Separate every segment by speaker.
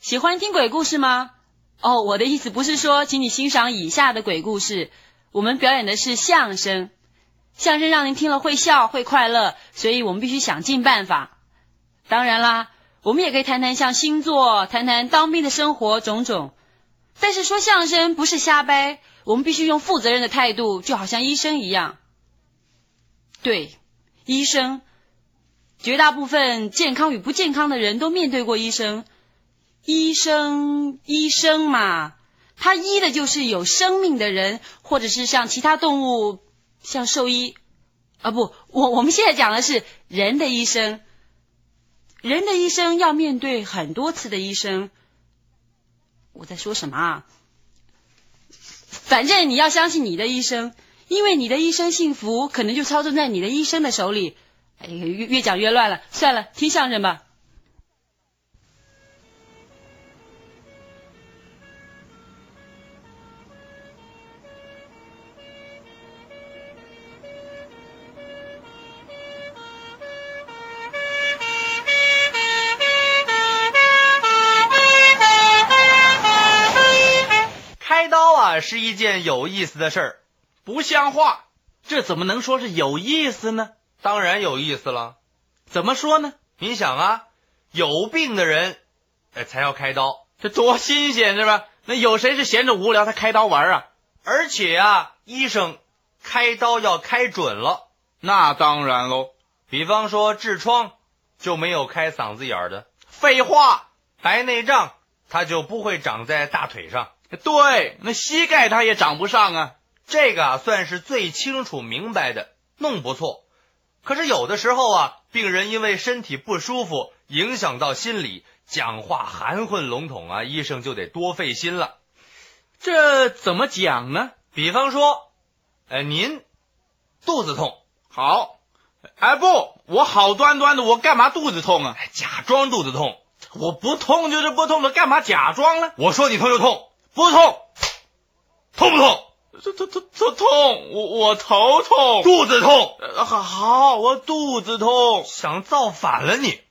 Speaker 1: 喜欢听鬼故事吗？哦，我的意思不是说请你欣赏以下的鬼故事，我们表演的是相声，相声让您听了会笑会快乐，所以我们必须想尽办法。当然啦，我们也可以谈谈像星座，谈谈当兵的生活种种。但是说相声不是瞎掰，我们必须用负责任的态度，就好像医生一样。对，医生，绝大部分健康与不健康的人都面对过医生。医生，医生嘛，他医的就是有生命的人，或者是像其他动物，像兽医啊，不，我我们现在讲的是人的医生。人的一生要面对很多次的医生。我在说什么啊？反正你要相信你的医生，因为你的医生幸福可能就操纵在你的医生的手里。哎，越越讲越乱了，算了，听相声吧。
Speaker 2: 开刀啊是一件有意思的事儿，不像话，这怎么能说是有意思呢？当然有意思了，怎么说呢？你想啊，有病的人，呃，才要开刀，这多新鲜是吧？那有谁是闲着无聊他开刀玩啊？而且啊，医生开刀要开准了，
Speaker 3: 那当然喽，
Speaker 2: 比方说痔疮就没有开嗓子眼儿的，废话，白内障它就不会长在大腿上。
Speaker 3: 对，那膝盖它也长不上啊。
Speaker 2: 这个啊算是最清楚明白的，弄不错。可是有的时候啊，病人因为身体不舒服，影响到心理，讲话含混笼统啊，医生就得多费心了。
Speaker 3: 这怎么讲呢？
Speaker 2: 比方说，呃，您肚子痛，
Speaker 3: 好，哎不，我好端端的，我干嘛肚子痛啊？
Speaker 2: 哎假装肚子痛，
Speaker 3: 我不痛就是不痛的，干嘛假装呢？
Speaker 2: 我说你痛就痛，
Speaker 3: 不痛，
Speaker 2: 痛不痛？
Speaker 3: 痛痛痛痛痛，我我头痛。
Speaker 2: 肚子痛，
Speaker 3: 呃好，好，我肚子痛，
Speaker 2: 想造反了你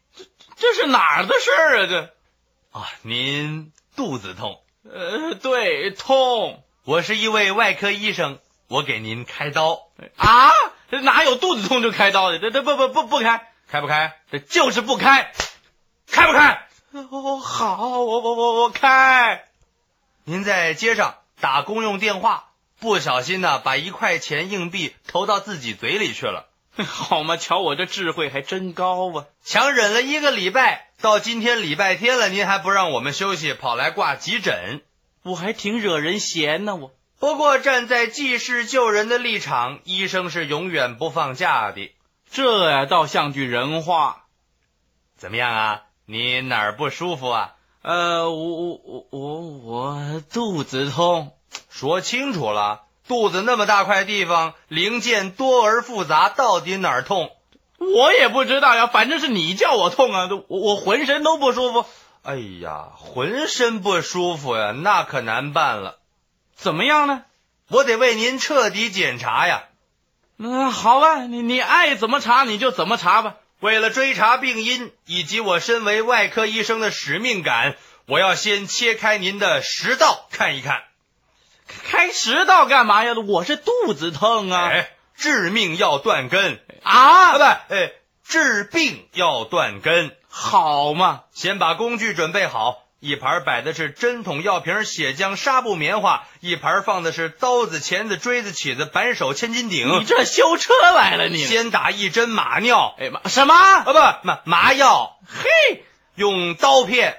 Speaker 3: 这是哪儿的事儿啊？这，
Speaker 2: 啊！您肚子痛，
Speaker 3: 呃，对，痛
Speaker 2: 我是一位外科医生，我给您开刀，
Speaker 3: 啊，这哪有肚子痛就开刀的？这这不不不不开，
Speaker 2: 开不开？
Speaker 3: 这就是不开。
Speaker 2: 开不开？
Speaker 3: 哦，好，我我我我开。
Speaker 2: 您在街上打公用电话，不小心呢、把一块钱硬币投到自己嘴里去了。
Speaker 3: 好嘛，瞧我这智慧还真高啊！
Speaker 2: 强忍了一个礼拜，到今天礼拜天了，您还不让我们休息，跑来挂急诊。
Speaker 3: 我还挺惹人嫌呢，我
Speaker 2: 不过站在济世救人的立场，医生是永远不放假的。
Speaker 3: 这呀倒像句人话。
Speaker 2: 怎么样啊？你哪儿不舒服啊？
Speaker 3: 呃，我我我我我肚子痛，
Speaker 2: 说清楚了，肚子那么大块地方，零件多而复杂，到底哪儿痛？
Speaker 3: 我也不知道呀，反正是你叫我痛啊，我我浑身都不舒服。
Speaker 2: 哎呀，浑身不舒服呀，那可难办了。
Speaker 3: 怎么样呢？
Speaker 2: 我得为您彻底检查呀。
Speaker 3: 那、嗯好吧，你你爱怎么查你就怎么查吧。
Speaker 2: 为了追查病因，以及我身为外科医生的使命感，我要先切开您的食道看一看。
Speaker 3: 开食道干嘛呀？我是肚子痛啊！
Speaker 2: 哎，治命要断根啊，
Speaker 3: 啊，
Speaker 2: 不，哎，治病要断根。
Speaker 3: 好嘛，
Speaker 2: 先把工具准备好，一盘摆的是针筒、药瓶、血浆、纱布、棉花，一盘放的是刀子、钳子、锥子、起子、扳手、千斤
Speaker 3: 你
Speaker 2: 顶。
Speaker 3: 这修车来了你？
Speaker 2: 先打一针麻尿
Speaker 3: 哎妈，什么？
Speaker 2: 啊，不麻麻药，
Speaker 3: 嘿，
Speaker 2: 用刀片，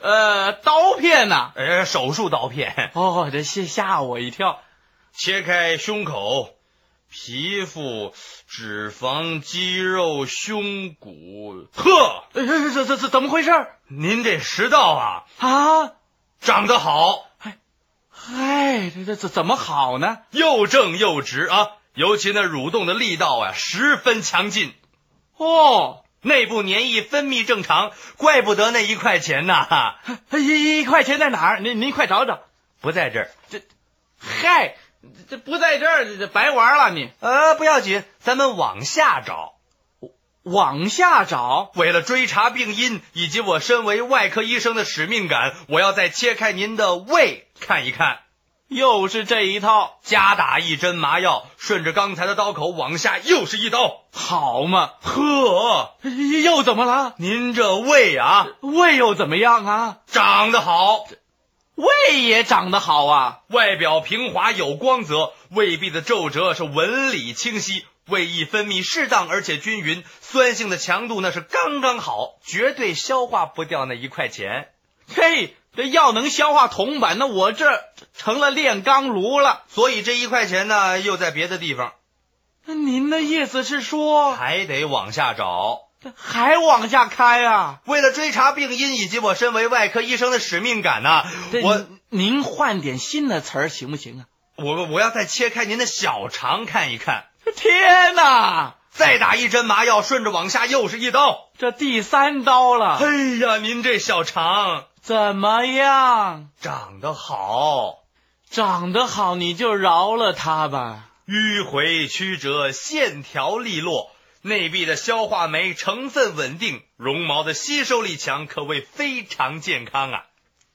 Speaker 3: 呃，刀片呐、
Speaker 2: 呃，手术刀片。
Speaker 3: 哦，这吓吓我一跳。
Speaker 2: 切开胸口、皮肤、脂肪、肌肉、胸骨。呵，
Speaker 3: 呃这这这这怎么回事儿
Speaker 2: 您这食道啊，
Speaker 3: 啊？
Speaker 2: 长得好，
Speaker 3: 哎，这这这怎么好呢？
Speaker 2: 又正又直啊，尤其那蠕动的力道啊，十分强劲。
Speaker 3: 哦，
Speaker 2: 内部粘液分泌正常，怪不得那一块钱呐、哈
Speaker 3: 哎 一一块钱在哪儿？您您快找找。
Speaker 2: 不在这儿。
Speaker 3: 嗨，这这不在这儿，这这白玩了你。
Speaker 2: 呃，不要紧，咱们往下找。
Speaker 3: 往下找，
Speaker 2: 为了追查病因以及我身为外科医生的使命感，我要再切开您的胃看一看。
Speaker 3: 又是这一套，
Speaker 2: 加打一针麻药，顺着刚才的刀口往下又是一刀。
Speaker 3: 好嘛？
Speaker 2: 呵，
Speaker 3: 又怎么了？
Speaker 2: 您这胃啊，
Speaker 3: 胃又怎么样啊？
Speaker 2: 长得好，
Speaker 3: 胃也长得好啊？
Speaker 2: 外表平滑有光泽，胃壁的皱褶是纹理清晰，胃液分泌适当而且均匀，酸性的强度那是刚刚好，绝对消化不掉那一块钱。
Speaker 3: 嘿，这药能消化铜板，那我这成了炼钢炉了。
Speaker 2: 所以这一块钱呢，又在别的地方，
Speaker 3: 那您的意思是说
Speaker 2: 还得往下找。
Speaker 3: 还往下开啊？
Speaker 2: 为了追查病因以及我身为外科医生的使命感呐、
Speaker 3: 这
Speaker 2: 我
Speaker 3: 您换点新的词儿行不行啊？
Speaker 2: 我我要再切开您的小肠看一看，
Speaker 3: 天哪，
Speaker 2: 再打一针麻药，顺着往下又是一刀。
Speaker 3: 啊这第三刀
Speaker 2: 哎呀，
Speaker 3: 了，
Speaker 2: 您这小肠
Speaker 3: 怎么样？
Speaker 2: 长得好，
Speaker 3: 长得好你就饶了他吧。
Speaker 2: 迂回曲折，线条利落，内壁的消化酶成分稳定，绒毛的吸收力强，可谓非常健康啊。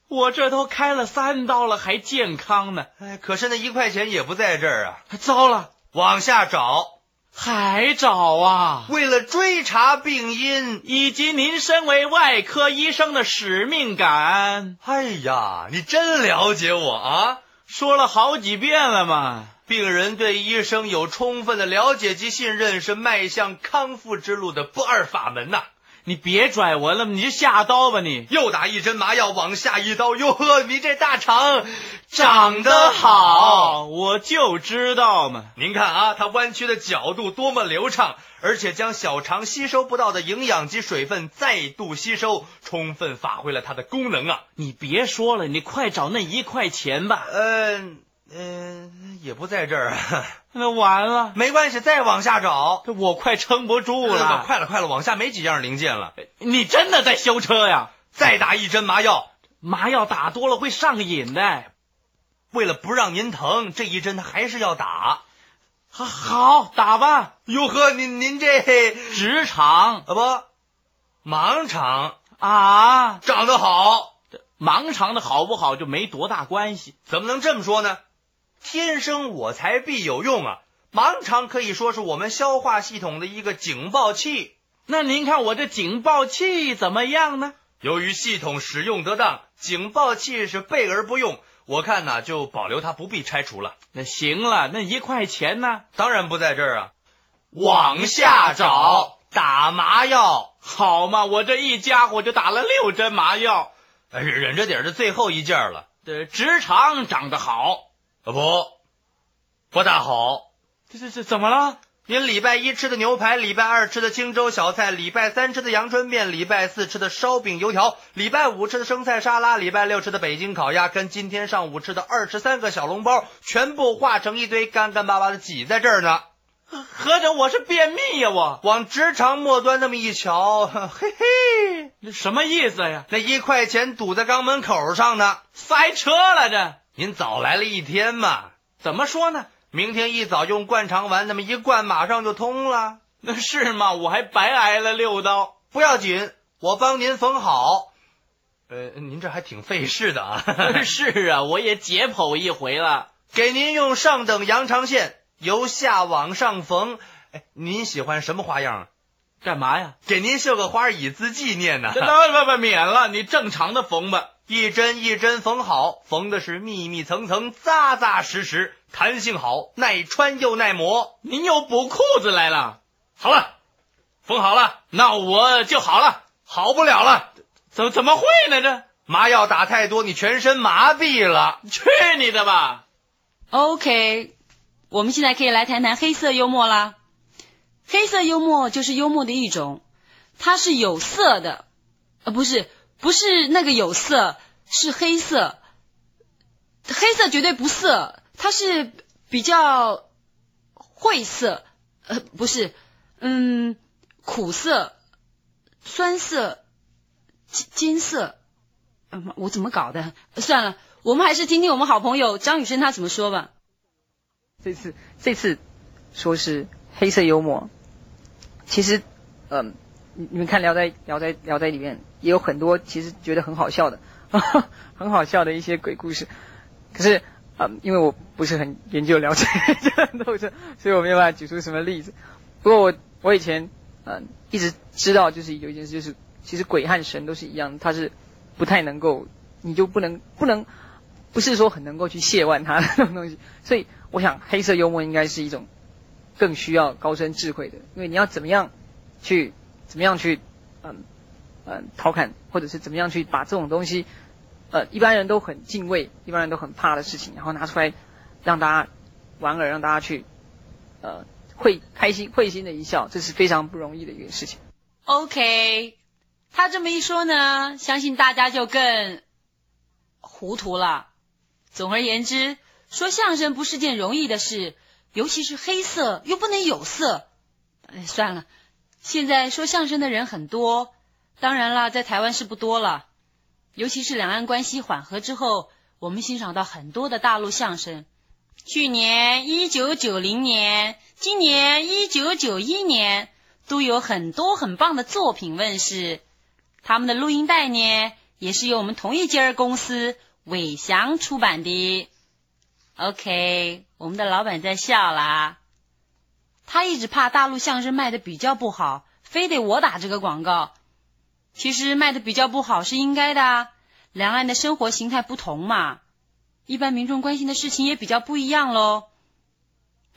Speaker 3: 我这都开了三刀了，还健康呢。
Speaker 2: 哎，可是那一块钱也不在这儿啊，
Speaker 3: 糟了，
Speaker 2: 往下找。
Speaker 3: 还找啊？
Speaker 2: 为了追查病因，
Speaker 3: 以及您身为外科医生的使命感，
Speaker 2: 哎呀，你真了解我啊！
Speaker 3: 说了好几遍了嘛。
Speaker 2: 病人对医生有充分的了解及信任，是迈向康复之路的不二法门呐、
Speaker 3: 你别拽文了，你就下刀吧你。
Speaker 2: 又打一针麻药，往下一刀，哟呵，你这大肠
Speaker 3: 长
Speaker 2: 长
Speaker 3: 得
Speaker 2: 得好。
Speaker 3: 好，我就知道嘛。
Speaker 2: 您看啊，它弯曲的角度多么流畅，而且将小肠吸收不到的营养及水分再度吸收，充分发挥了它的功能啊。
Speaker 3: 你别说了，你快找那一块钱吧。
Speaker 2: 嗯、嗯、也不在这儿 啊，
Speaker 3: 那完了，
Speaker 2: 没关系，再往下找。
Speaker 3: 这我快撑不住 了。
Speaker 2: 快了，快了，往下没几样零件了。
Speaker 3: 你真的在修车呀？
Speaker 2: 再打一针麻药，
Speaker 3: 麻药打多了会上瘾的。
Speaker 2: 为了不让您疼，这一针还是要打。
Speaker 3: 好，好打吧。
Speaker 2: 哟呵，您您这啊
Speaker 3: 直肠
Speaker 2: 不，盲肠
Speaker 3: 啊，
Speaker 2: 长得好，
Speaker 3: 盲肠的好不好就没多大关系。
Speaker 2: 怎么能这么说呢？天生我材必有用啊！盲肠可以说是我们消化系统的一个警报器。
Speaker 3: 那您看我这警报器怎么样呢？
Speaker 2: 由于系统使用得当，警报器是备而不用。我看呐、就保留它，不必拆除了。
Speaker 3: 那行了，那一块钱呢？
Speaker 2: 当然不在这儿啊，
Speaker 3: 往下找，
Speaker 2: 打麻药。
Speaker 3: 好嘛，我这一家伙就打了六针麻药。
Speaker 2: 哎，忍着点儿，这最后一件儿了。
Speaker 3: 这直肠长得好，
Speaker 2: 啊不，不大好。
Speaker 3: 这这这怎么了？
Speaker 2: 您礼拜一吃的牛排，礼拜二吃的青州小菜，礼拜三吃的阳春面，礼拜四吃的烧饼油条，礼拜五吃的生菜沙拉，礼拜六吃的北京烤鸭，跟今天上午吃的二十三个小笼包，全部化成一堆干干巴巴的挤在这儿呢。
Speaker 3: 合着我是便秘呀、我
Speaker 2: 往直肠末端那么一瞧，嘿嘿，
Speaker 3: 这什么意思呀？
Speaker 2: 那一块钱堵在肛门口上呢。
Speaker 3: 塞车了这？
Speaker 2: 您早来了一天嘛，
Speaker 3: 怎么说呢？
Speaker 2: 明天一早用灌肠丸那么一灌，马上就通了。
Speaker 3: 那是吗？ 我还白挨了六刀。
Speaker 2: 不要紧，我帮您缝好。呃，您这还挺费事的啊。
Speaker 3: 是啊，我也解剖一回了。
Speaker 2: 给您用上等羊肠线，由下往上缝。哎，您喜欢什么花样啊？
Speaker 3: 干嘛呀？
Speaker 2: 给您绣个花以资纪念呢、
Speaker 3: 这当不不免了，你正常的缝吧。
Speaker 2: 一针一针缝好，缝的是密密层层、扎扎实实，弹性好，耐穿又耐磨。
Speaker 3: 您又补裤子来了，
Speaker 2: 好了，缝好了，
Speaker 3: 那我就好了。
Speaker 2: 好不了了。
Speaker 3: 怎怎么会呢？这
Speaker 2: 麻药打太多，你全身麻痹了。
Speaker 3: 去你的吧！
Speaker 1: OK，我们现在可以来谈谈黑色幽默啦。黑色幽默就是幽默的一种，它是有色的，呃，不是，不是那个有色，是黑色。黑色绝对不色，它是比较晦涩，呃，不是，嗯，苦涩、酸涩、金金涩。嗯，我怎么搞的？呃算了，我们还是听听我们好朋友张雨生他怎么说吧。
Speaker 4: 这次这次说是黑色幽默，其实嗯、你你们看《聊斋》《聊斋》《聊斋》里面也有很多其实觉得很好笑的， 很好笑的一些鬼故事。可是，嗯，因为我不是很研究《聊斋》这斗争，所以我没有办法举出什么例子。不过我我以前嗯、一直知道，就是有一件事，就是其实鬼和神都是一样，它是不太能够，你就不能不能不是说很能够去亵玩它的那种东西。所以我想，黑色幽默应该是一种更需要高深智慧的，因为你要怎么样去怎么样去嗯嗯调侃，或者是怎么样去把这种东西呃一般人都很敬畏，一般人都很怕的事情，然后拿出来让大家玩儿，让大家去呃会开心会心的一笑，这是非常不容易的一个事情。
Speaker 1: OK，他这么一说呢，相信大家就更糊涂了。总而言之，说相声不是件容易的事，尤其是黑色又不能有色。哎，算了，现在说相声的人很多，当然啦，在台湾是不多了。尤其是两岸关系缓和之后，我们欣赏到很多的大陆相声。去年一九九零年，今年一九九一年，都有很多很棒的作品问世。他们的录音带呢，也是由我们同一家儿公司伟翔出版的。OK，我们的老板在笑啦。他一直怕大陆相声卖的比较不好，非得我打这个广告。其实卖的比较不好是应该的啊，两岸的生活形态不同嘛，一般民众关心的事情也比较不一样喽。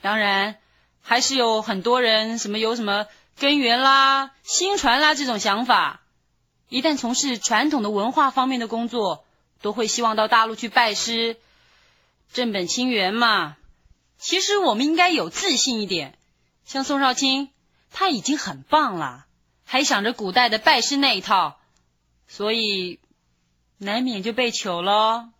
Speaker 1: 当然，还是有很多人什么有什么根源啦、新传啦这种想法。一旦从事传统的文化方面的工作，都会希望到大陆去拜师，正本清源嘛。其实我们应该有自信一点，像宋少卿，他已经很棒了，还想着古代的拜师那一套，所以难免就被糗喽。